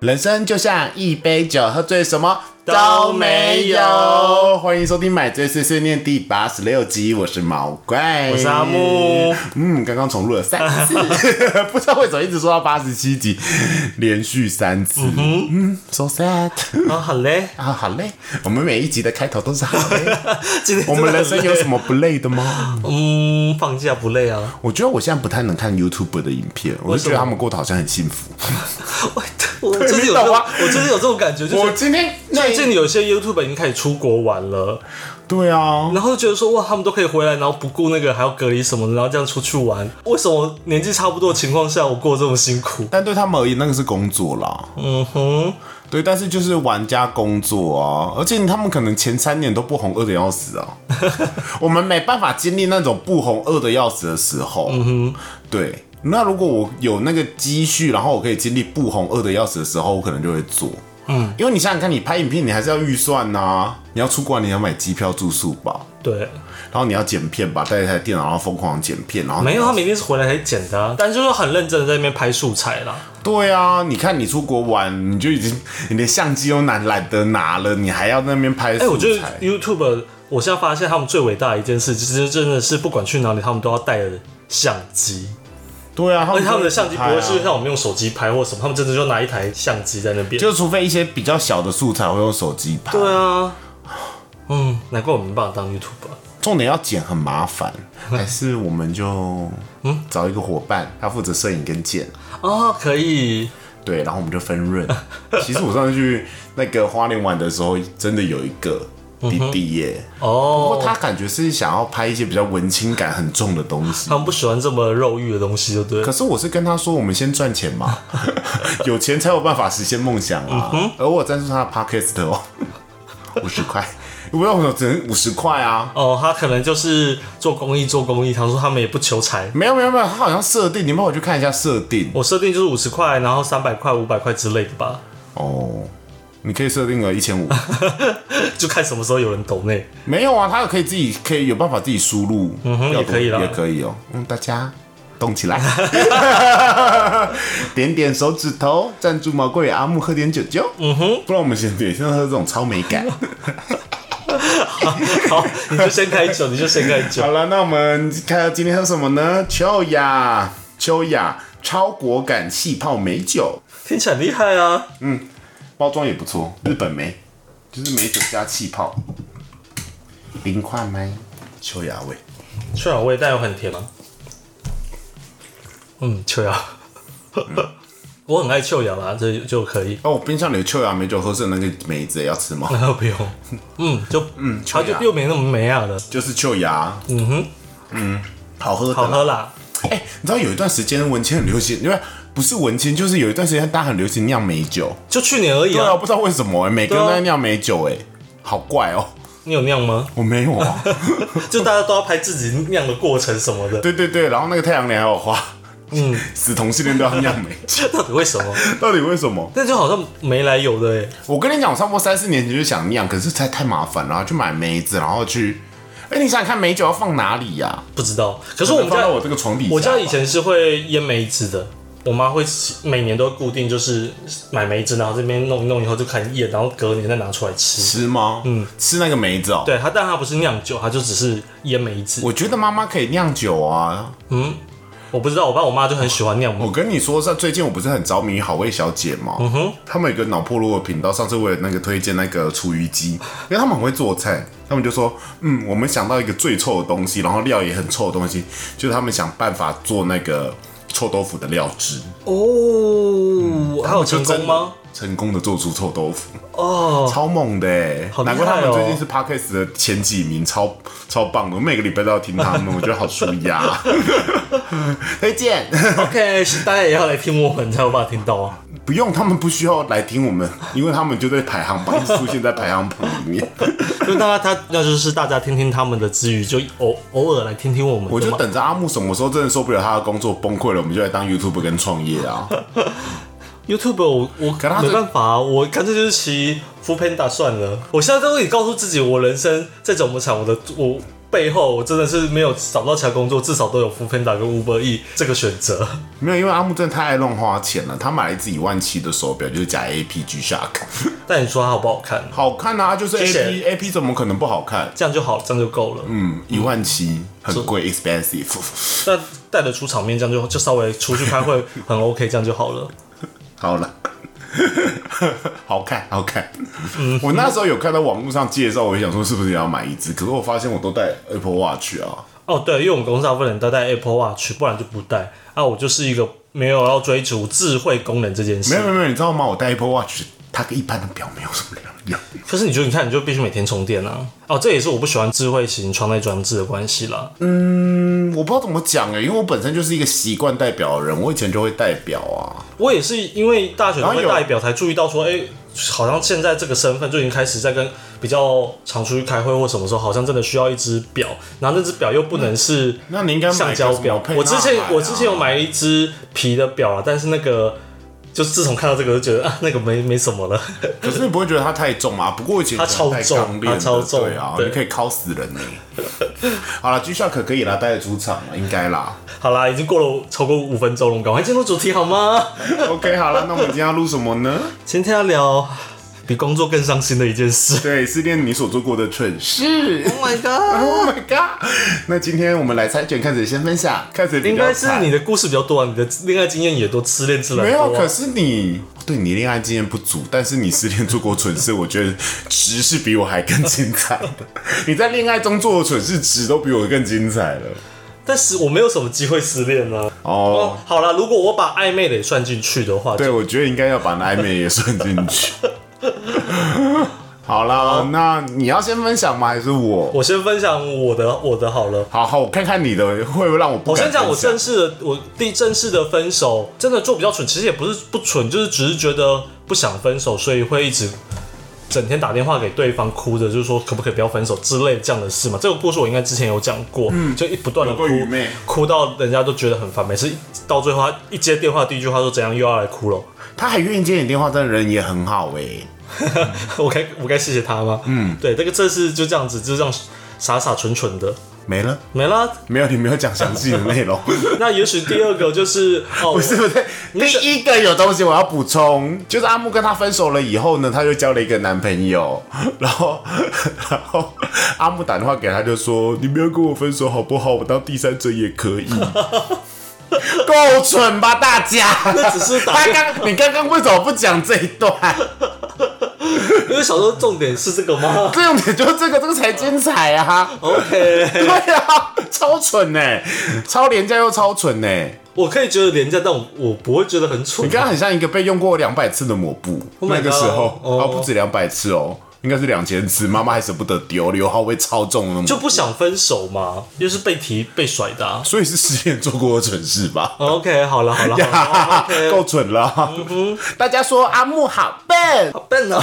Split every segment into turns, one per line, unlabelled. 人生就像一杯酒，喝醉什么
都
都
没
没
有
有。欢迎收听《买醉碎碎念》第八十六集，我是毛怪，
我是阿木。
嗯，刚刚重录了三 次，不知道为什么一直说到八十七集，连续三次。嗯，so sad
啊，好嘞，
啊，好累。我们每一集的开头都是好累。
今天
我们
真的
人
很
生
累
有什么不累的吗？
嗯，放假不累啊？
我觉得我现在不太能看 YouTube 的影片，我
为
就觉
什
得
么
他们过得好像很幸福。
我我最
你
近有这
懂
种，
吗
我最近有这种感觉，就
啊我
是
今天那
最近有些 YouTube 已经开始出国玩了，
对啊，
然后就觉得说哇，他们都可以回来，然后不顾那个还要隔离什么的，然后这样出去玩。为什么年纪差不多的情况下，我过得这么辛苦？
但对他们而言，那个是工作啦。
嗯哼，
对，但是就是玩家工作啊，而且他们可能前三年都不红，饿的要死 啊。我们没办法经历那种不红、饿的要死的时候。嗯哼，对。那如果我有那个积蓄，然后我可以经历不红、饿的要死的时候，我可能就会做。嗯，因为你想想看，你拍影片，你还是要预算呐、你要出国，你要买机票、住宿吧，
对，
然后你要剪片吧，带一台电脑，然后疯狂剪片，然后你
没有，
要
他们一定是回来才剪的、啊，但就是很认真的在那边拍素材啦。
对啊，你看你出国玩，你就已经你连相机都拿懒得拿了，你还要那边拍素材。
哎、我觉得 YouTube，我现在发现他们最伟大的一件事，其实真的是不管去哪里，他们都要带着相机，
对啊，
而且他
就
们的相机不会
拍
是
啊
像我们用手机拍或什么，他们真的就拿一台相机在那边。
就除非一些比较小的素材会用手机拍。
对啊，嗯，难怪我没办法当 YouTube。啊
重点要剪很麻烦，
嗯
还是我们就嗯找一个伙伴，他负责摄影跟剪，
哦，可以，
对，然后我们就分润。
嗯
其实我上次去那个花莲玩的时候，真的有一个。弟弟耶，不过
哦，
他感觉是想要拍一些比较文青感很重的东西
他。们不喜欢这么肉欲的东西，就对了
可。是我是跟他说，我们先赚钱 嘛，有钱才有办法实现梦想
嗯
啊。而我有赞助他的 podcast 哦，五十块，我不知道为什么只能五十块啊。
哦，他可能就是做公益，做公益。他说他们也不求财，
没有没有没有，他好像设定，你帮我去看一下设定
我设定就是五十块，然后三百块、五百块之类的吧，
哦。你可以设定个一 千五，
就看什么时候有人抖内。
没有啊，他也可以自己可以有办法自己输入，嗯
哼也可以啦
也可以哦。嗯，大家动 起来，点点手指头，赞助毛贵阿木喝点酒酒。嗯哼，不然我们现在现在喝这种超美感。
好，你就先开酒，你就先开酒。
好了，那我们看下今天喝什么呢？秋雅，秋雅超果感气泡美酒，
听起来很厉害啊！
包装也不错，日本梅，就是美酒加气泡，零块麦，秋雅味。
雀鸟味，但有很甜啊吗？嗯，秋瑶，
嗯
我很爱秋瑶啦，这就可以。
哦，冰箱里的秋雅美酒喝剩那个梅子也要吃吗？
那 不用，嗯，就嗯，它
秋
就
雅
又没那么美雅了，
就是秋雅，嗯哼，嗯，好喝的
好
啦。
喝啦。
哎、你知道有一段时间文青很流行，因为不是文青，就是有一段时间大家很流行酿美酒。
就去年而已
对啊，
啊
我，不知道为什么、哎，每个人
对啊
都在酿美酒、哎，好怪哦、
你有酿 吗？
我没有啊。
就大家都要拍自己酿的过程什么的。
对对对，然后那个太阳脸还有花，
嗯，
死同性恋都要酿 美，
到底为什么？
到底为什么？
那就好像没来由的哎。
我跟你讲，我差不多三四年前就想酿，可是太太麻烦了，然后去买梅子，然后去，哎，你想想看梅酒要放哪里呀、
不知道。可是我们
放
家
到我这个床底下吧。
我家以前是会腌梅子的，我妈会每年都固定就是买梅子，然后这边弄一弄以后就开始腌，然后隔年再拿出来吃。
吃吗？嗯，吃那个梅子哦。，
对它，但它不是酿酒，它就只是腌梅子。我
我觉得妈妈可以酿酒啊。
不知道，我爸我妈就很喜欢酿。
我跟你说，上最近我不是很着迷好味小姐吗？嗯哼，他们有个脑破落的频道，上次为了那个推荐那个厨余鸡，因为他们很会做菜，他们就说，嗯，我们想到一个最臭的东西，然后料也很臭的东西，就是他们想办法做那个臭豆腐的料汁，
哦，还有
就
成功吗？
真的？成功的做出臭豆腐，
哦，
超猛的哎、
好厉害
难
哦
怪他们最近是 podcast 的前几名，超超棒的。我每个礼拜都要听他们，我觉得好舒 压。推荐，
OK，是大家也要来听我们才有办法听到啊。
不用，他们不需要来听我们，因为他们就在排行榜，一直出现在排行榜里面。
因为大家他那就是大家听听他们的之余，就偶偶尔来听听我们的嘛。
我就等着阿木什么时候真的受不了他的工作崩溃了，我们就来当 YouTube 跟创业啊。
YouTube 我我
可他这
没办法、啊，我干脆就是骑 f o o Panda 算了。我现在都已告诉自己，我人生再怎么惨，我的我背后，我真的是没有找不到其他工作，至少都有 f o o Panda 跟 Uber E 这个选择。
没有，因为阿木真的太爱乱花钱了。他买了一只一万七的手表，就是假 APG Shock，
但你说它好不好看？
好看啊，就是
谢谢
AP AP 怎么可能不好看？
这样就好，这样就够了。嗯，
嗯，一万七很贵，expensive。
那带得出场面，这样就就稍微出去开会很 OK，这样就好了。
好了。 好看，好看。我那时候有看到网络上介绍，我也想说是不是也要买一只，可是我发现我都带 Apple Watch 啊。
哦，对，因为我们公司大部分人都带 Apple Watch，不然就不带。啊，我就是一个没有要追逐智慧功能这件
没有
事。
没有没有，你知道吗？我戴 Apple Watch，它跟一般的表没有什么两样。
可是你就你看，你就必须每天充电啊。哦，这也是我不喜欢智慧型穿戴装置的关系啦。
我不知道怎么讲哎、因为我本身就是一个习惯戴表的人，我以前就会戴表啊。
我也是因为大学
然后
会
有
代表才注意到说，哎、好像现在这个身份就已经开始在跟比较常出去开会或什么时候，好像真的需要一只表，然后那只表又不能是
那嗯你应该买
橡胶表。
个什么
我之
沛纳
前
海啊
我之前有买一只皮的表啊，但是那个就自从看到这个就觉得啊，那个没没什么了。
可是你不会觉得它太重吗？不过我以前
它超重
戴钢链的
它超重
对啊，
对
你可以敲死人呢、欸 好了，G Shock 可以啦，带得出场了，应该啦。
好啦，已经过了超过五分钟了，我们赶快进入主题好吗？
OK，好了，那我们今天要录什么呢？
今天要聊比工作更伤心的一件事。
对，失恋你所做过的蠢事。
Oh my god！
Oh my god！那今天我们来猜拳，看谁先分享，看谁比较
应该是
惨
你的故事比较多啊，你的恋爱经验也多，失恋之来
没
多啊、
有，可是你对你恋爱经验不足，但是你失恋做过蠢事，我觉得值是比我还更精彩 的。你在恋爱中做的蠢事，值都比我更精彩了。
但是我没有什么机会失恋呢、
哦，
哦，好啦，如果我把暧昧的也算进去的话，
对，我觉得应该要把暧昧也算进 去。好啦，那你要先分享吗？还是我？
我先分享我的我的好了。
好好，我看看你的会不会让我不
我
敢
先讲我
分享
正式的，我第正式的分手，真的做比较蠢，其实也不是不蠢，就是只是觉得不想分手，所以会一直整天打电话给对方哭着，就是说可不可以不要分手之类这样的事嘛。这个故事我应该之前有讲过，就一不断
嗯
的
有过
哭
愚昧，
哭到人家都觉得很烦，每次一到最后他一接电话第一句话说怎样又要来哭了，
他还愿意接你电话，但人也很好哎、
我该我该谢谢他吗？嗯，对，这个这是就这样子，就这样傻傻蠢蠢的
没了，
没啦。
没有，你没有讲详细的内容。
那也许第二个就是 哦，
不是不是，
那个
第一个有东西我要补充，就是阿木跟她分手了以后呢，她就交了一个男朋友， 然后然后阿木打电话给她就说：“你不要跟我分手好不好？我当第三者也可以。” 够蠢吧，大家！
那只是打
他刚，你刚刚为什么不讲这一段？
因为小时候重点是这个吗
这种点就是这个，这个才精彩啊！
？OK，
对啊，超蠢呢、超廉价又超蠢欸呢、
我可以觉得廉价，但我我不会觉得很蠢
你。刚刚很像一个被用过两百次的抹布
Oh my
那个时候
God，哦
哦，不止两百次哦，应该是两千次，妈妈还舍不得丢，刘浩会超重的抹布，
就不想分手嘛，又是被提被甩的啊、
所以是失恋做过的蠢事 吧？
OK，好了好了
哈哈
好了
哈， 够
，OK，
蠢了啊！
Mm-hmm
大家说阿木好笨
好笨哦。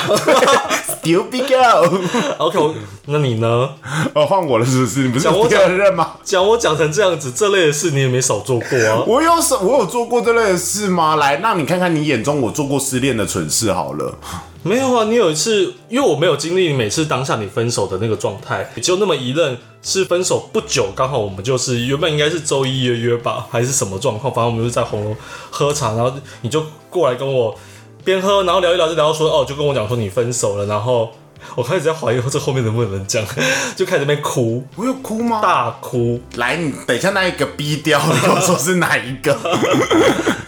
丢 u girl，
OK，我那你呢？
哦，换我了是不是？你不是
讲我
第二任吗？
讲我讲成这样子，这类的事你也没少做过啊。
我有什我有做过这类的事吗？来，让你看看你眼中我做过失恋的蠢事好了。
没有啊，你有一次，因为我没有经历每次当下你分手的那个状态，只有那么一任是分手不久，刚好我们就是原本应该是周一约约吧，还是什么状况，反正我们就是在红楼喝茶，然后你就过来跟我边喝，然后聊一聊，就聊到说哦，就跟我讲说你分手了，然后我开始在怀疑这后面能不能讲， 就开始在那边哭，
我有哭吗？
大哭，
来，你等一下那一个逼掉，你跟我说是哪一个？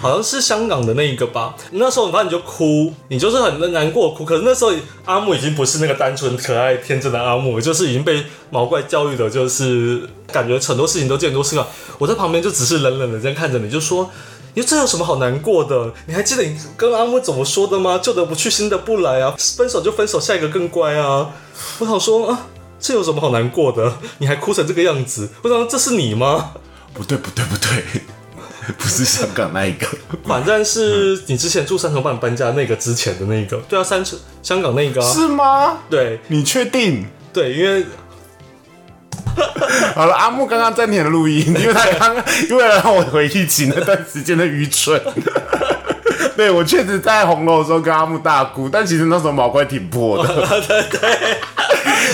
好像是香港的那一个吧。那时候反正你就哭，你就是很难过哭。可是那时候阿木已经不是那个单纯可爱天真的阿木，就是已经被毛怪教育的，就是感觉很多事情都见多识广。我在旁边就只是冷冷的这样看着你，就说。你这有什么好难过的？你还记得你跟阿木怎么说的吗？旧的不去，新的不来啊！分手就分手，下一个更乖啊！我想说啊，这有什么好难过的？你还哭成这个样子，我想说这是你吗？
不对，不对，不对，不是香港那一个。
反正是你之前住三重半搬家那个之前的那个，对啊，三重香港那个、啊，
是吗？
对
你确定？
对，因为
好了，阿木刚刚暂停了录音，因为他刚刚因为让我回忆起那段时间的愚 蠢。对，我确 实在红楼的时候跟阿木大哭，但其实那时候毛怪挺破的。对对，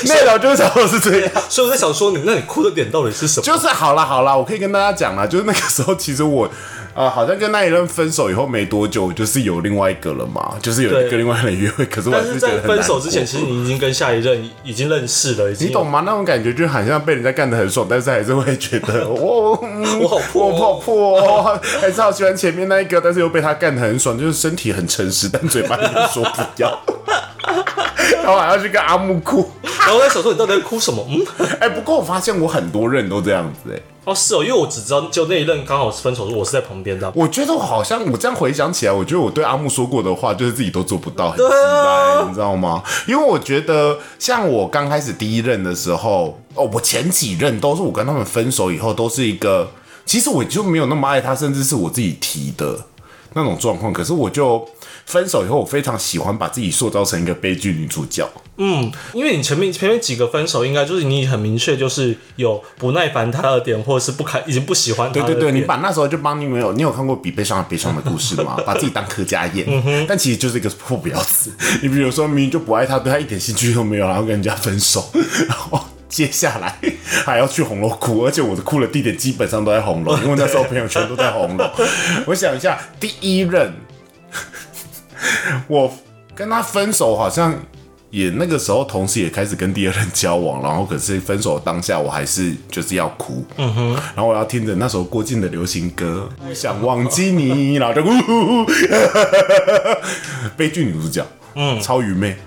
内容就是差不多是这样。
所以我在想说，你那你哭的点到底是什么？
就是好啦好啦，我可以跟大家讲啦，就是那个时候其实我。呃，好像跟那一任分手以后没多久，就是有另外一个了嘛，就是有一个
对
另外一个人约会，可是我还
但是
觉得
在
很
分
难
手之前，
过
其实你已经跟下一任已已经认识了，已经
你懂吗？那种感觉就好像被人家干得很爽，但是还是会觉 得我、嗯
我好破哦
我好破哦， 还是好喜欢前面那一个，但是又被他干得很爽，就是身体很诚实，但嘴巴里面说不 要。 然后还要去跟阿木哭，
然后我在想说，你到底在哭什么？嗯，
哎、不过我发现我很多人都这样子、哎，
哦，是哦，因为我只知道就那一任刚好是分手，我是在旁边的啊。
我觉得我好像我这样回想起来，我觉得我对阿木说过的话，就是自己都做不到，很期
啊
待，你知道吗？因为我觉得像我刚开始第一任的时候，哦，我前几任都是我跟他们分手以后，都是一个，其实我就没有那么爱他，甚至是我自己提的。那种状况，可是我就分手以后，我非常喜欢把自己塑造成一个悲剧女主角。
嗯，因为你前面前面几个分手，应该就是你很明确，就是有不耐烦他的点，或者是不开已经不喜欢他
对
的
对
点。
对，你把那时候就帮你没有，你有看过《比悲伤还悲伤的故事》 吗？把自己当柯佳燕，
嗯
但其实就是一个破婊子。 你比如说，明明就不爱他，对他一点兴趣都没有，然后跟人家分手， 然后。接下来 还要去红楼哭，而且我的哭的地点基本上都在红 楼，因为那时候朋友圈都在红楼。我想一下，第一任 我跟他分手，好像也那个时候，同时也开始跟第二任交往，然后可是分手当下，我还是就是要哭，嗯哼，然后我要听着那首郭靖的流行歌《不想忘记你》，然后就呜，悲剧女主角，嗯，超愚昧。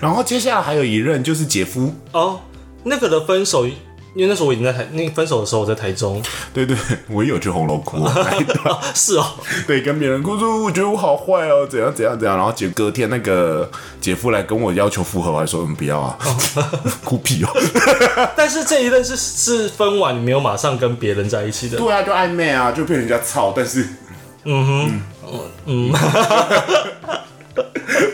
然后接下来还有一任就是姐夫，
哦，那个的分手，因为那时候我已经在台，那个分手的时候我在 台中。
对对，我也有去红楼 哭哦那一段
啊，是哦，
对，跟别人哭说我觉得我好坏哦，怎样怎样怎样，然后姐隔天那个姐夫来跟我要求复合，我还说嗯不要 啊，哭屁哦，
但是这一任是是分完，你没有马上跟别人在一起的。
对啊，就暧昧啊，就被人家操，但是
嗯，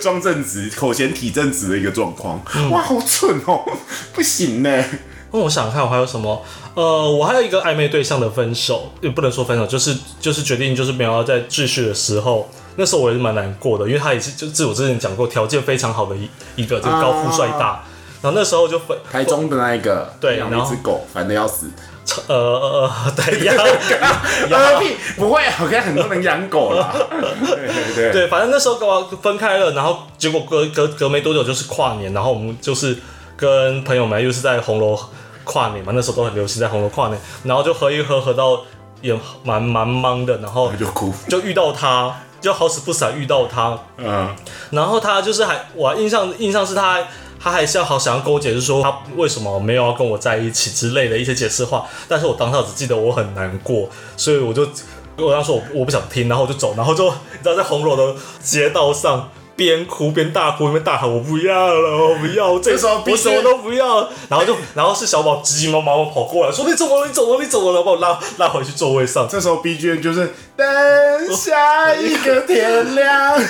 装正直、口嫌体正直的一个状况，哇，好蠢哦，不行呢，
那我想想看，我还有什么？呃，我还有一个暧昧对象的分手，也不能说分手，就是就是决定就是没有要再继续的时候，那时候我也是蛮难过的，因为他也是就自我之前讲过，条件非常好的一一个这个高富帅大，然后那时候就分
啊台中的那一个
对
养了
然
一
后
只狗，烦的要死，
呃呃呃，对呀，
呃屁，不会，我看很多人养狗啦，对对对。
对，反正那时候跟我分开了，然后结果隔隔隔没多久就是跨年，然后我们就是跟朋友们又是在红楼跨年嘛，那时候都很流行在红楼跨年，然后就喝一喝喝到也蛮蛮忙的，然后
我就哭，
就遇到他，就好死不死还啊遇到他，
嗯，
然后他就是还我还印象印象是他他还是要好想要跟我解释说他为什么没有要跟我在一起之类的一些解释话，但是我当下只记得我很难过，所以我就我当时我我不想听，然后我就走，然后就你知道在红楼的街道上。边哭边大哭，边大喊：“我不要了，我不要！这
这时候必
我
须
什么都不要。”然后就，然后是小宝急急忙忙地跑过来说：“你怎么了？你怎么了？你怎么了？”把我拉拉回去座位上。
这时候 B G M 就是等下一个天亮，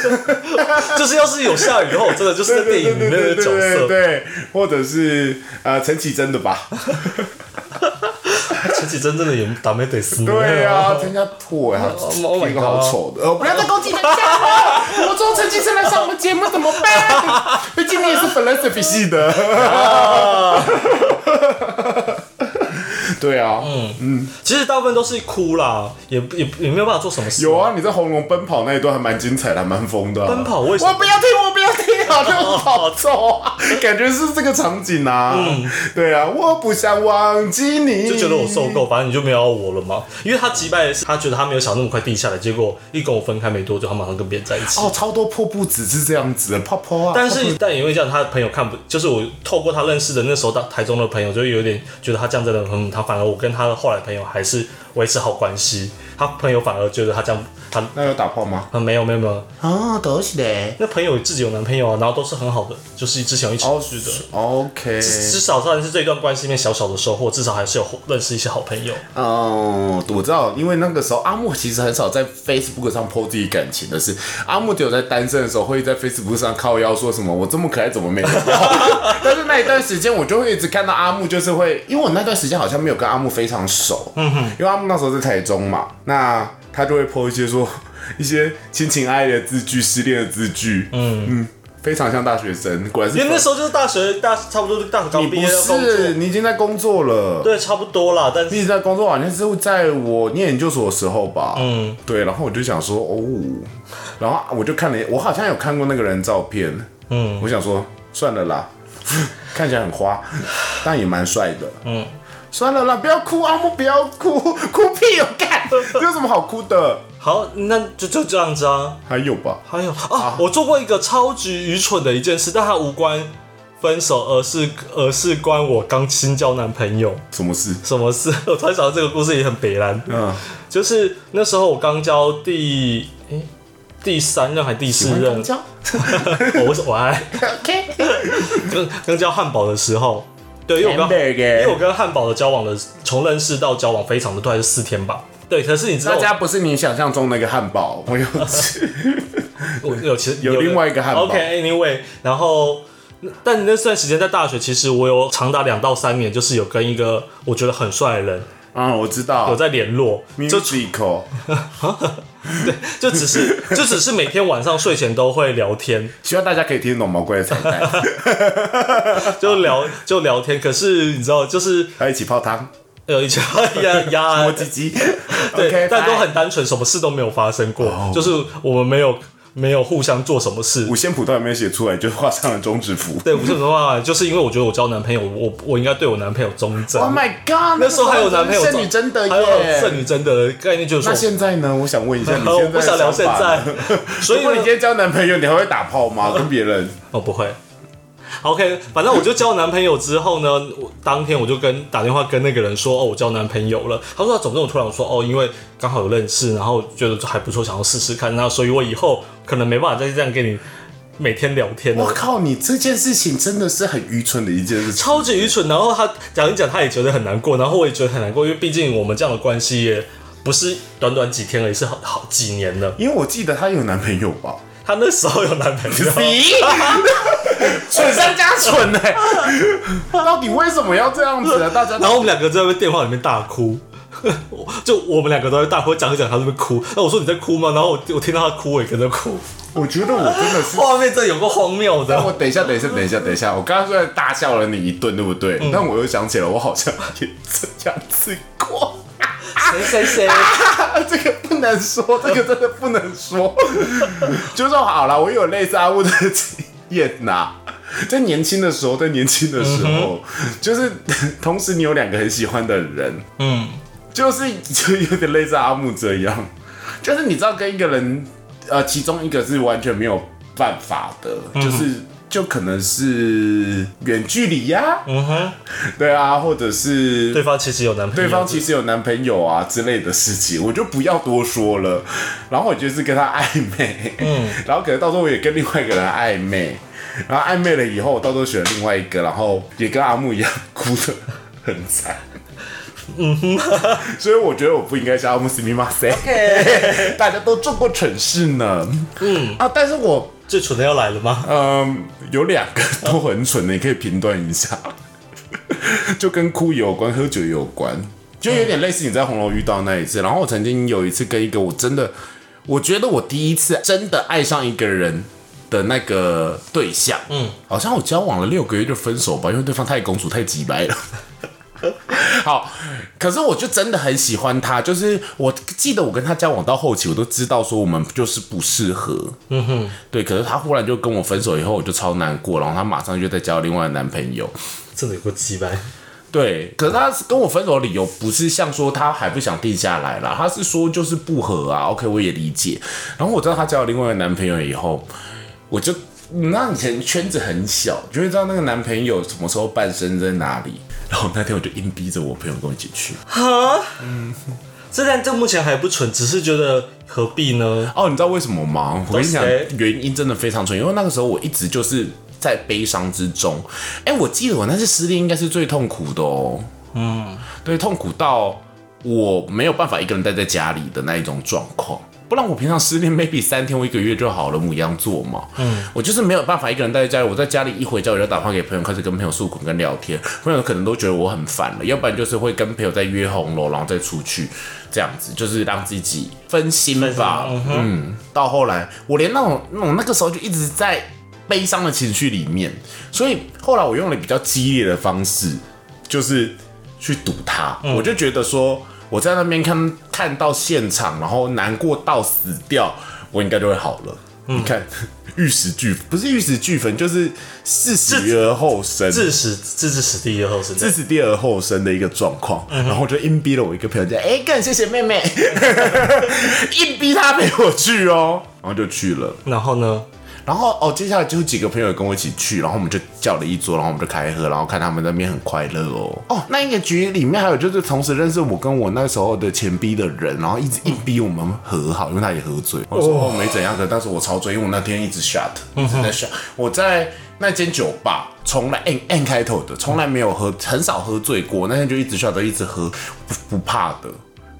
就是要是有下雨的话，我真的就是在电影里面的角
对对
色。
对，或者是呃陈绮贞的吧？
陈绮贞真的也打没得死。
对啊，陈家破呀，
Oh my
一个好
God
丑的，哦不要再攻击人家 了，我做陈绮贞来上我们节目怎么办？ 毕竟你也是 philosophy 系 的，
啊，
对啊，嗯，
其实大部分都是哭啦，也也也没有办法做什么事。
有啊，你在红龙奔跑那一段还蛮精彩的，还蛮疯的啊。
奔跑为什么
我不要听，我不要听，啊好 像好臭啊，感觉是这个场景啊。对啊，我不想忘记你，
嗯就觉得我受够，反正你就没有要我了嘛。因为他击败的是，他觉得他没有想那么快定下来，结果一跟我分开没多久，他马上跟别人在一起。
哦，超多破布子是这样子的，泡泡啊。
但是，但也因为这样，他的朋友看不，就是我透过他认识的那时候台台中的朋友，就有点觉得他这样真的很他，反而我跟他的后来朋友还是维持好关系，他朋友反而觉得他这样，他
那有打炮吗？
啊没有没有没有，
啊，都是的。
那朋友自己有男朋友啊，然后都是很好的，就是之前有一起
哦，
去的。
OK，
至少算是这段关系里面小小的收获，至少还是有认识一些好朋友。
哦，我知道，因为那个时候阿木其实很少在 Facebook 上 po 自己感情的事，阿木只有在单身的时候会在 Facebook 上靠腰说什么“我这么可爱，怎么没 人要” 。但是那一段时间，我就会一直看到阿木，就是会，因为我那段时间好像没有跟阿木非常熟，嗯哼，因为阿木那时候在台中嘛，那他就会 po 一些说一些亲情爱的字句、失恋的字句，嗯嗯。非常像大学生，果然是
因为那时候就是大学大差不多就大学
你
刚
不
毕业要工
是
作，
你已经在工作了，
对，差不多啦。但
一
是
直在工作，好像是在我念研究所的时候吧。
嗯，
对，然后我就想说，哦，然后我就看了，我好像有看过那个人照片，
嗯，
我想说算了啦， 看起来很花， 但也蛮帅的，
嗯，
算了啦，不要哭，阿木不要哭， 哭屁哦，干，这有什么好哭的？
好，那就就这样子啊。
还有吧，
还有啊，我做过一个超级愚蠢的一件事，但它无关分手，而是而是关我刚新交男朋友。
什么事？
什么事？ 我突然想到这个故事也很北蓝，
嗯，
就是那时候我刚交第诶第三任还第四 任， 哦我我我爱
OK，
刚刚交汉堡的时候，对，因为我刚因为我
Hamburger
跟汉堡的交往的从认识到交往非常的快，就四天吧。对，可是你知道
大
我
家不是你想象中那个汉堡，我有吃，
我有其实
有另外一个汉堡
OK，Anyway，、然后但那段时间在大学，其实我有长达两到三年，就是有跟一个我觉得很帅的人
嗯，我知
有
道
在联络，就
，musical，
就只是就只是每天晚上睡前都会聊天，
希望大家可以听懂毛怪的彩 蛋，哦
就聊就聊天。可是你知道，就是呃
还有一起泡汤，
有一些呀
摸
呀，
鸡鸡
对
，OK，，
但都
拜哦
很单纯，什么事都没有发生过，就是我们没有没有互相做什么事
五。线谱都还没有写出来，就画上了终止符。
对，不是的话，就是因为我觉得我交男朋友，我我应该对我男朋友忠贞。
Oh my god！
那时候还有男朋友
剩
照
女真的
还有剩
耶。
女真的概念，就是
那
说，
现在呢？我想问一下，你
呃 我
现在
不
的
想聊现
想法
在
呢，
所
如
以
果你今
呢，
天交男朋友，你还会打炮 吗？跟别人？
我不会。OK，反正我就交男朋友之后呢，我当天我就跟打电话跟那个人说，哦，我交男朋友了。他说他怎么这么突然？我说哦，因为刚好有认识，然后觉得还不错，想要试试看。那所以我以后可能没办法再这样跟你每天聊天
我
了。
靠！你这件事情真的是很愚蠢的一件事情。
超级愚蠢，然后他讲一讲，他也觉得很难过，然后我也觉得很难过，因为毕竟我们这样的关系也不是短短几天而已，是好好几年了。
因为我记得她有男朋友吧？
她那时候有男 朋友，
咦，蠢上加蠢呢、 到底为什么要这样子 啊？大家
然后我们两个在那边电话里面大哭，就我们两个都在大哭，讲一讲他这边哭，那我说你在哭吗？然后我我听到他哭，我也跟着哭，
我觉得我真的是
画面真的有个荒谬
但
的。
我等一下，等一下，等一下，等一下。我刚刚虽然大笑了你一顿，对不对？但我又想起来，我好像也这样子过。
谁谁谁？
啊， 这个不能说，这个真的不能说。 就说好了，我有类似阿乌的经验呐。在年轻的时候，在年轻的时
嗯
候，就是同时你有两个很喜欢的人，
嗯，
就是就有点类似阿木这样，就是你知道跟一个人，呃，其中一个是完全没有办法的，
嗯
就是就可能是远距离呀、
嗯哼，
对啊，或者是
对方其实有男朋友，
对方其实有男朋友啊之类的事情，我就不要多说了。然后我就是跟他暧昧，嗯，然后可能到时候我也跟另外一个人暧昧，然后暧昧了以后，我到时候选了另外一个，然后也跟阿木一样哭的很惨。嗯，所以我觉得我不应该是阿木斯密马塞，大家都做过蠢事呢。嗯啊，但是我
最蠢的要来了吗？
嗯，有两个都很蠢的，你可以评断一下， 就跟哭有关，喝酒有关，就有点类似你在红楼遇到那一次。然后我曾经有一次跟一个我真的，我觉得我第一次真的爱上一个人的那个对象，嗯，好像我交往了六个月就分手吧，因为对方太公主太急白了。 好，可是我就真的很喜欢他，就是我记得我跟他交往到后期，我都知道说我们就是不适合，对，可是她忽然就跟我分手以后，我就超难过，然后她马上就在交另外的男朋友。
真的有个鸡掰。
对，可是她跟我分手的理由不是像说她还不想定下来啦，她是说就是不合啊。OK，我也理解。然后我知道她交了另外一个男朋友以后，我就你知道以前圈子很小，就会知道那个男朋友什么时候办生日在哪里。然后那天我就硬逼着我朋友跟我一起去。
这但这目前还不蠢，只是觉得何必呢？
哦，你知道为什么吗？我跟你讲
谁，
原因真的非常蠢，因为那个时候我一直就是在悲伤之中。哎、我记得我那次失恋应该是最痛苦的哦。嗯，对，痛苦到我没有办法一个人待在家里的那一种状况。不然我平常失恋 maybe 三天或一个月就好了，母羊座嘛。嗯，我就是没有办法一个人待在家里。我在家里一回家我就打电话给朋友，开始跟朋友诉苦跟聊天。朋友可能都觉得我很烦了，要不然就是会跟朋友在约红楼，然后再出去这样子，就是让自己分心吧。
嗯哼，
到后来，我连那种那种那个时候就一直在悲伤的情绪里面。所以后来我用了比较激烈的方式，就是去堵他。我就觉得说，我在那边看看到现场，然后难过到死掉，我应该就会好了。你看， 玉石俱不是玉石俱焚，就是视死而后生，
置死置之死地而后生。
置死地而后生的一个状况，然后就硬逼了我一个朋友，就哎，更、谢谢妹妹， 硬逼她陪我去哦，然后就去了。
然后呢？
然后哦，接下来就有几个朋友跟我一起去，然后我们就叫了一桌，然后我们就开喝，然后看他们那边很快乐哦。哦，那一个局里面还有就是同时认识我跟我那时候的前逼的人，然后一直硬逼我们和好，因为他也喝醉。我说嗯哦没怎样，可但是我超醉，因为我那天一直 shut，一直在 shut，、我在。那间酒吧从来 N N 开头的，从来没有喝，很少喝醉过。那天就一直 shut，一直喝，不不怕的。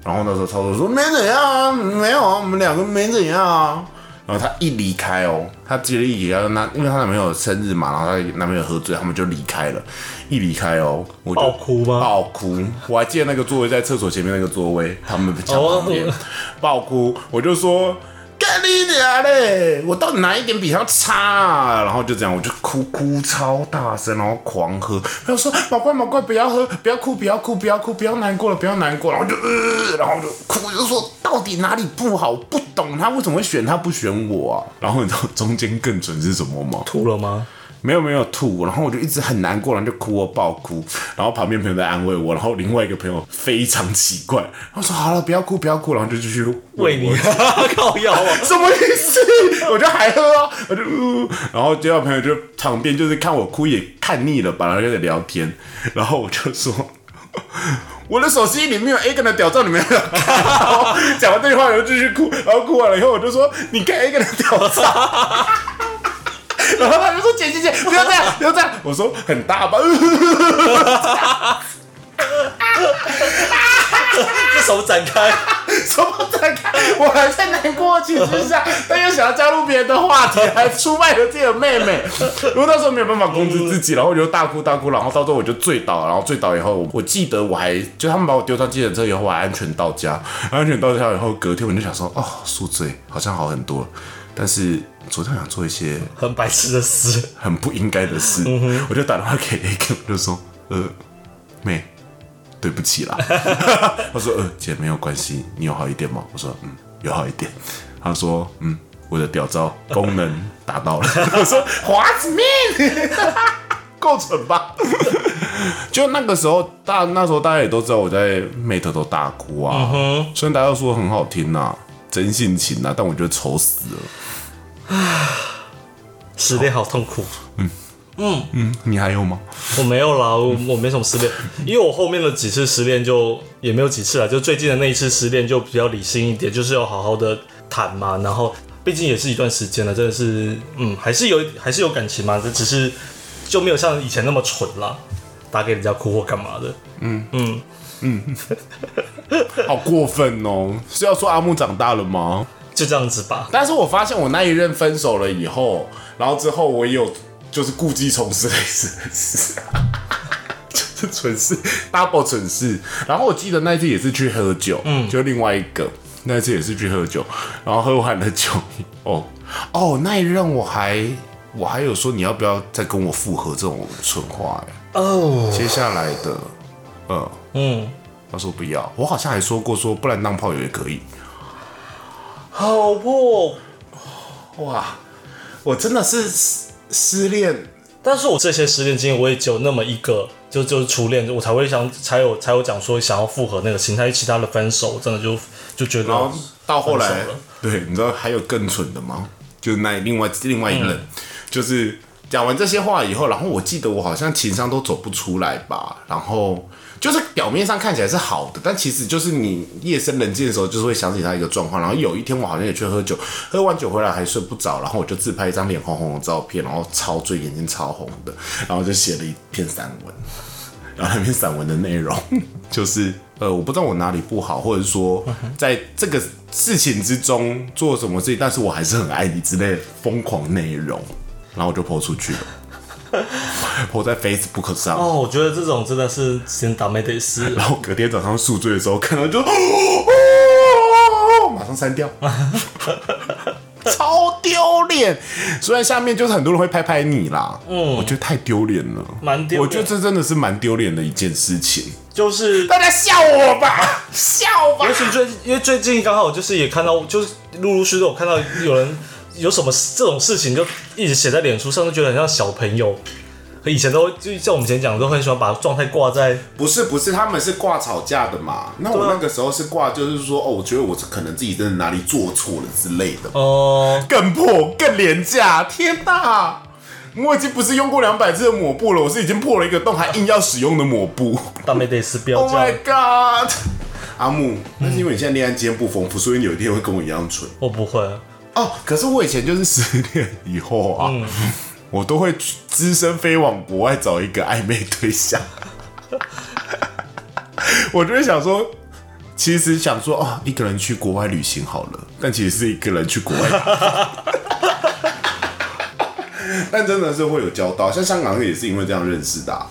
然后那时候操作说没怎样啊，没有啊，我们两个没怎样啊。然后她一离开哦，她直接一离开，那因为她男朋友生日嘛，然后她男朋友喝醉，他们就离开了。一离开哦，我就
爆哭吗
爆哭！我还记得那个座位在厕所前面那个座位，他们墙旁边、
哦
爆哭，我就说。干你娘嘞！我到底哪一点比他差啊？然后就这样，我就哭哭超大声，然后狂喝。然后说：“宝怪，宝怪，不要喝，不要哭，不要哭，不要哭，不要难过了，不要难过。”然后就呃，然后就哭，我就说到底哪里不好？我不懂他为什么会选他不选我啊？然后你知道中间更准是什么吗？
吐了吗？
没有没有吐，然后我就一直很难过，然后就哭，我爆哭，然后旁边朋友在安慰我，然后另外一个朋友非常奇怪，他说好了，不要哭，不要哭，然后就继续
喂你啊 靠腰啊！
什么意思？ 我就还喝啊，我就呜，然后结果朋友就旁边就是看我哭也看腻了吧，然后就在聊天，然后我就说。我的手机里面有 A 根的屌照，你没有看到？讲完这句话，我就继续哭，然后哭完了以后，我就说：“你看 A 根的屌照。” 然后他就说：“姐姐姐，不要这样，不要这样。”我说：“很大吧？”
这手展开，
什么展开？我还在难过的情绪下，但又想要加入别人的话题，还出卖了自己的妹妹。如果那时候没有办法控制自己，然后我就大哭大哭，然后到最后我就醉倒，然后醉倒以后，我记得我还就他们把我丢上计程车以后，我还安全到家。安全到家以后，隔天我就想说，哦，宿醉好像好很多了，但是昨天想做一些
很白痴的事。
很不应该的事，我就打电话给 A 我就说，呃，妹，对不起啦。 他说，呃，姐没有关系，你有好一点吗？我说，嗯，有好一点。他说，嗯，我的屌照功能达到了。 我说，What mean？够蠢吧？ 就那个时候，大那时候大家也都知道我在 Mate 都大哭啊，虽然大家都说很好听呐、真性情呐、但我觉得丑死了。
失恋好痛苦。
嗯，你还有吗？
我没有啦，我我没什么失恋，因为我后面的几次失恋就也没有几次啦，就最近的那一次失恋就比较理性一点，就是要好好的谈嘛，然后毕竟也是一段时间了，真的是，嗯，还是有还是有感情嘛，这只是就没有像以前那么蠢啦，打给人家哭或干嘛的，
好过分哦！是要说阿木长大了吗？
就这样子吧。
但是我发现我那一任分手了以后，然后之后我也有就是故技重施类似的事，就是蠢事，double 蠢事。然后我记得那一次也是去喝酒，嗯，就另外一个那一次也是去喝酒，然后喝完了酒，哦哦，那一任我还我还有说你要不要再跟我复合这种蠢话、哎
哦，
接下来的，嗯嗯，他说不要，我好像还说过说不然当炮友也可以。
好哦不，
哇，我真的是失失恋，
但是我这些失恋经验，我也只有那么一个，就就是初恋，我才会想才有才有讲说想要复合那个心态，其他的分手我真的就就觉得
然后到后
分
来
哦手了，
对，你知道还有更蠢的吗？就是那另外另外一任，
嗯
就是讲完这些话以后，然后我记得我好像情商都走不出来吧，然后。就是表面上看起来是好的，但其实就是你夜深人静的时候，就是会想起他一个状况。然后有一天我好像也去喝酒，喝完酒回来还睡不着，然后我就自拍一张脸红红的照片，然后超醉，眼睛超红的，然后就写了一篇散文。然后那篇散文的内容 就是，呃，我不知道我哪里不好，或者说在这个事情之中做什么事情，但是我还是很爱你之类的疯狂内容，然后我就抛出去了， 抛在 Facebook 上。
哦，我觉得这种真的是先打妹得死。
然后隔天早上宿醉 的时候看到就，马上删掉。 超丢脸。虽然下面就是很多人会拍拍你啦，嗯，我觉得太丢脸了，
蛮丢脸
我觉得这真的是蛮丢脸的一件事情。
就是
大家笑我 吧，笑吧
尤。其最因为最近刚好就是也看到，就是陆陆续续有看到有人有什么这种事情就一直写在脸书上，就觉得很像小朋友。以前都就像我们以前讲，都很喜欢把状态挂在
不是不是，他们是挂吵架的嘛？那我那个时候是挂，就是说哦，我觉得我可能自己真的哪里做错了之类的。
哦、
更破、更廉价，天哪！我已经不是用过两百次的抹布了，我是已经破了一个洞还硬要使用的抹布。
大妹得是标
Oh
价
my。god！阿木，那是因为你现在恋爱经验不丰富，所以你有一天会跟我一样蠢
我不会，
哦。可是我以前就是失恋以后啊，我都会只身飞往国外找一个暧昧对象。 我就会想说，其实想说哦，一个人去国外旅行好了，但其实是一个人去国外 打工。但真的是会有交到，像香港也是因为这样认识的啊、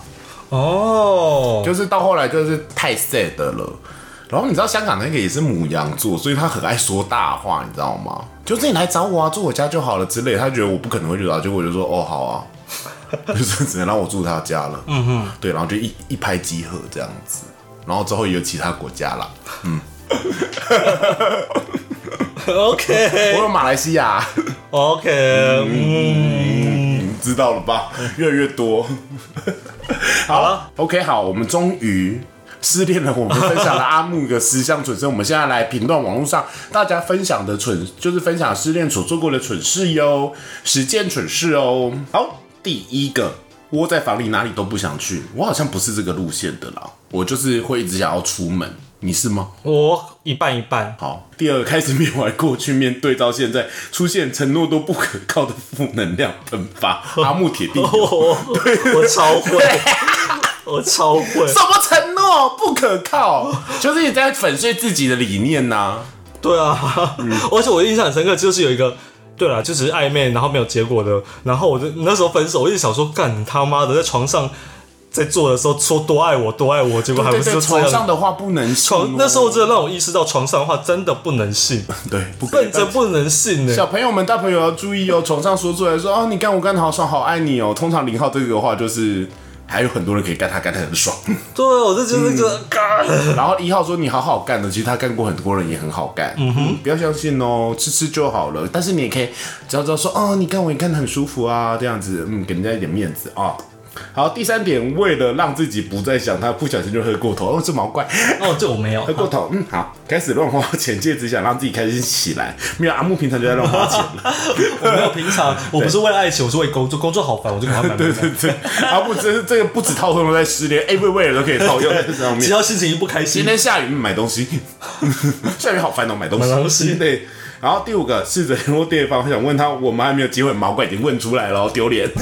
哦，
就是到后来就是太 sad 了。然后你知道香港那个也是母羊座，所以他很爱说大话，你知道吗？就是你来找我啊，住我家就好了之类。他觉得我不可能会去找，结果我就说哦好啊， 就是只能让我住他家了。嗯哼，对，然后就一一拍即合这样子。然后之后也有其他国家啦，我
OK
有马来西亚，啊
OK，嗯，
你知道了吧？越来越 多。
好了，
OK，好，我们终于失恋了。我们分享了阿木的十项蠢事，我们现在来评断网络上大家分享的蠢，就是分享失恋所做过的蠢事哟，十件蠢事哦。好，第一个。窝在房里哪里都不想去，我好像不是这个路线的啦，我就是会一直想要出门，你是吗？
我一半一半，
好，第二开始缅怀过去，面对到现在，出现承诺都不可靠的负能量喷 发，阿木铁定有
我我超会， 我超会，
什么承诺不可靠， 就是你在粉碎自己的理念呐、
对啊，
嗯
而且我印象很深刻，就是有一个。对啦，就只是暧昧，然后没有结果的。然后我就那时候分手，我一直想说，干你他妈的，在床上在做的时候说多爱我，多爱我，结果还不
对
是
对，
就这
床上
样。
的话不能信哦、
床那时候真的让我意识到，床上的话真的不能信，
对，不可以
认真不能信呢、欸
小朋友们、大朋友要注意哦，床上说出来说哦，你干我干的好爽，好爱你哦。通常零号这个的话就是。还有很多人可以干他干得很爽，
对啊，我就觉得
嗯
这个干。
然后一号说你好好干的，其实他干过很多人也很好干，嗯哼，不要相信哦，吃吃就好了。但是你也可以只要知道说哦，你干我也干得很舒服啊，这样子，嗯，给人家一点面子啊、好，第三点，为了让自己不再想他，不小心就喝过头，哦，这毛怪，
哦，这我 没有
喝。过头，嗯，好，开始乱花钱，借只想让自己开心起来。没有阿木平常就在乱花钱 了，
我没有平常，我不是为了爱情，我是为工作，工作好烦，我就赶快买买
对
买。
对对，阿木这这个不止套用在失恋，哎，喂喂都可以套用在上
只
面。
要心情一不开
今
心，
天下雨嗯买东 西，下雨好烦哦，买东西。
买东西
对。然后第五个，试着联络对方，想问他我们还没有机会，毛怪已经问出来了，丢脸。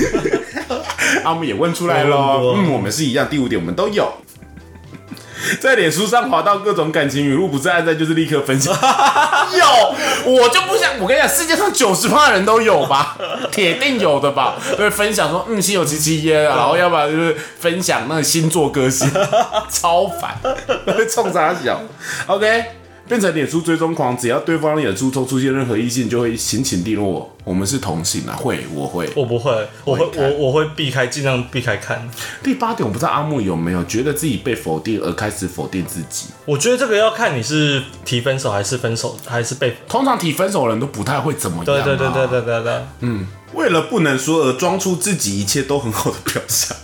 阿木也问出来了，
我问
嗯，我们是一样。第五点，我们都有。 在脸书上滑到各种感情语录，不是按赞就是立刻分享。 有，我就不想。我跟你讲，世界上九十趴人都有吧， 铁定有的吧。对，分享说嗯，心有戚戚耶，然后要不然就是分享那个星座歌星，超烦， 冲啥小？OK，变成脸书追踪狂，只要对方脸书中出现任何异性，就会心情低落。我们是同性啊，会，我会。
我不会，我会我我会避开，尽量避开看。
第八点，我不知道阿木有没有觉得自己被否定而开始否定自己。
我觉得这个要看你是提分手还是分手还是被。
通常提分手的人都不太会怎么样、啊。
对对对对对对对，
为了不能说而装出自己一切都很好的表象，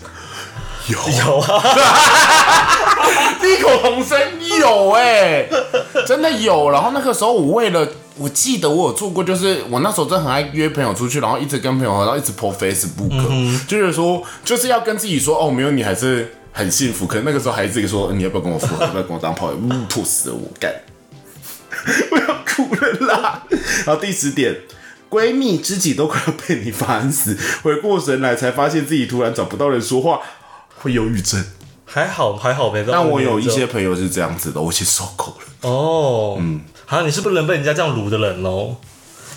有
有啊，
一口红声有哎、真的有。然后那个时候我为了，我记得我有做过，就是我那时候真的很爱约朋友出去，然后一直跟朋友合照，一直 po Facebook，、就是说就是要跟自己说哦，没有你还是很幸福。可能那个时候还是说哦你要不要跟我复合，要不要跟我当炮友，嗯吐死了我干，我要哭了啦。然后第十点。闺蜜、知己都快要被你烦死，回过神来才发现自己突然找不到人说话，会忧郁症。
还好还好没到。
但我有一些朋友是这样子的，我已经受够了。
哦，嗯，好，你是不能被人家这样撸的人哦。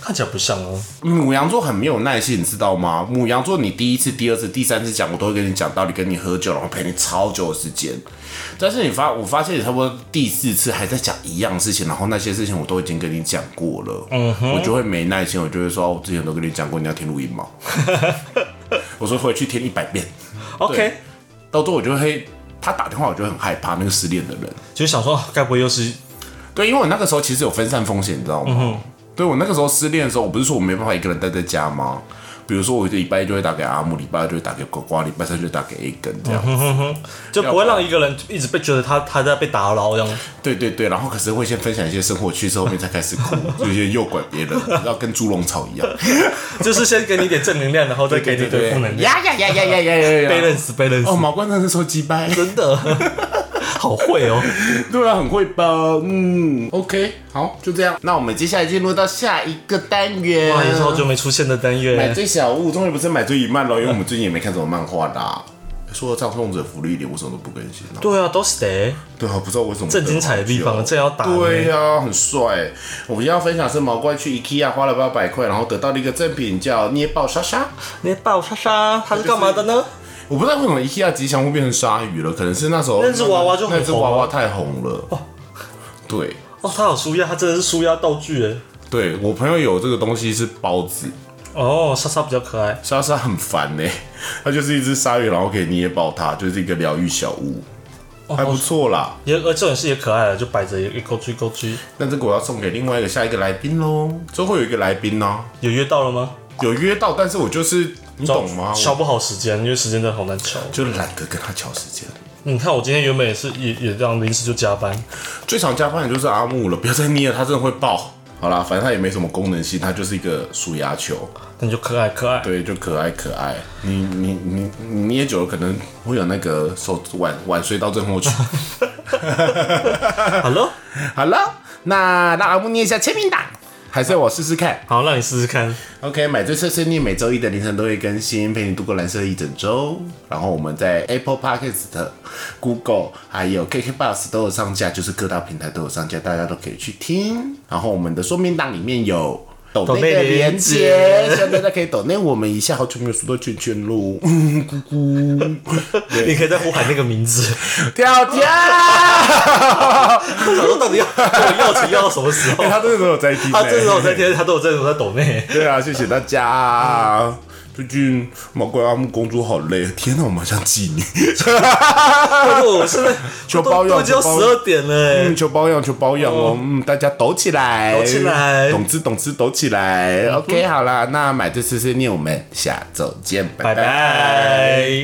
看起来不像啊。
母羊座很没有耐心，你知道吗？母羊座，你第一次、第二次、第三次讲，我都会跟你讲道理，跟你喝酒，然后陪你超久的时间。但是你发，我发现你差不多第四次还在讲一样的事情，然后那些事情我都已经跟你讲过了，嗯哼，我就会没耐心，我就会说，哦我之前都跟你讲过，你要听录音吗？ 我说回去听一百遍，
OK，
到最后我就会，他打电话我就很害怕那个失恋的人，
就想说，该不会又是
对，因为我那个时候其实有分散风险，你知道
嗯
吗？对我那个时候失恋的时候，我不是说我没办法一个人待在家吗？比如说，我一个礼拜一就会打给阿木，礼拜二就会打给呱呱，礼拜三就打给 A 根这样。
嗯就不会让一个人一直被觉得他他在被打扰 这样？
对对对，然后可是会先分享一些生活趣事，后面才开始哭，就是诱拐别人，你知道跟猪笼草 一样。
就是先给你一点正能量，然后再给你一点负能量。
呀呀呀呀呀呀呀呀！
balance
哦，
balance，
毛冠真的说鸡掰，
真的 好会哦。
对啊，很会吧？嗯，OK，好，就这样。那我们接下来进入到下一个单元。
哇，也是好久没出现的单
买
元。
哎最小物，终于不是买最一漫了，因为我们最近也没看什么漫画啊啦。 说到这样，送者福利点，为什么都不更新呢、
对啊，都是的，
对啊，不知道为什么
正精彩的地方，这要打呢。
对呀、啊，很帅。我们今天要分享是毛怪去 IKEA 花了八百块，然后得到了一个赠品叫捏爆莎莎。
你抱莎莎，他是干嘛的呢？
我不知道为什么 IKEA 吉祥物变成鲨鱼了，可能是那时候
那只娃娃就很
那只
红啊
娃娃太红了。对
哦，他好舒压，他真的是舒压道具哎。
对，我朋友有这个东西是包子，
哦，莎莎比较可爱。
莎莎很烦 呢、它就是一只鲨鱼，然后可以捏爆它，就是一个疗愈小物，还不错啦。
也呃，这种事也可爱了，就摆着也也勾追勾追。
那这个我要送给另外一个下一个来宾喽。之后有一个来宾呢、
有约到了吗？
有约到，但是我就是你懂吗？
敲不好时间，因为时间真的好难敲。嗯
我就懒得跟他抢时间。
你看，我今天原本也是也也这样临时就加班，
最常加班的就是阿木了，不要再捏了，他真的会爆。好啦，反正他也没什么功能性，他就是一个鼠牙球，
那你就可爱可爱。
对，就可爱可爱。你你你你捏久了可能会有那个手晚晚睡到症候群。
好了，
好了，那让阿木捏一下签名档，还是我试试看。
好，让你试试看。
OK，买醉碎碎念每周一的凌晨都会更新，陪你度过蓝色的一整周。然后我们在 Apple Podcast、Google 还有 KKBox 都有上架，就是各大平台都有上架，大家都可以去听。然后我们的说明档里面有抖
抖
内
内
的
连
连接，希望大家可以抖内我们一下，好久没有收到圈圈 喽，嗯咕咕，
你可以再呼喊那个名 字，
跳跳，
我想说到底要我要请要到什么时 候？
他真的都有在听、
他这时候在天，他都有在我在抖内。
对啊，谢谢大家。最近毛怪阿木公主好累，天哪，我们好像妓 女。
哦但是我现在
求
都
包
都
养
已经要
求
十
包
二点了欸
嗯，，求包养，求包养哦，嗯，大家抖起来，
抖起来嗯
懂吃懂吃，抖起来。OK，好啦，那买醉碎碎念，我们下周见，拜
拜拜。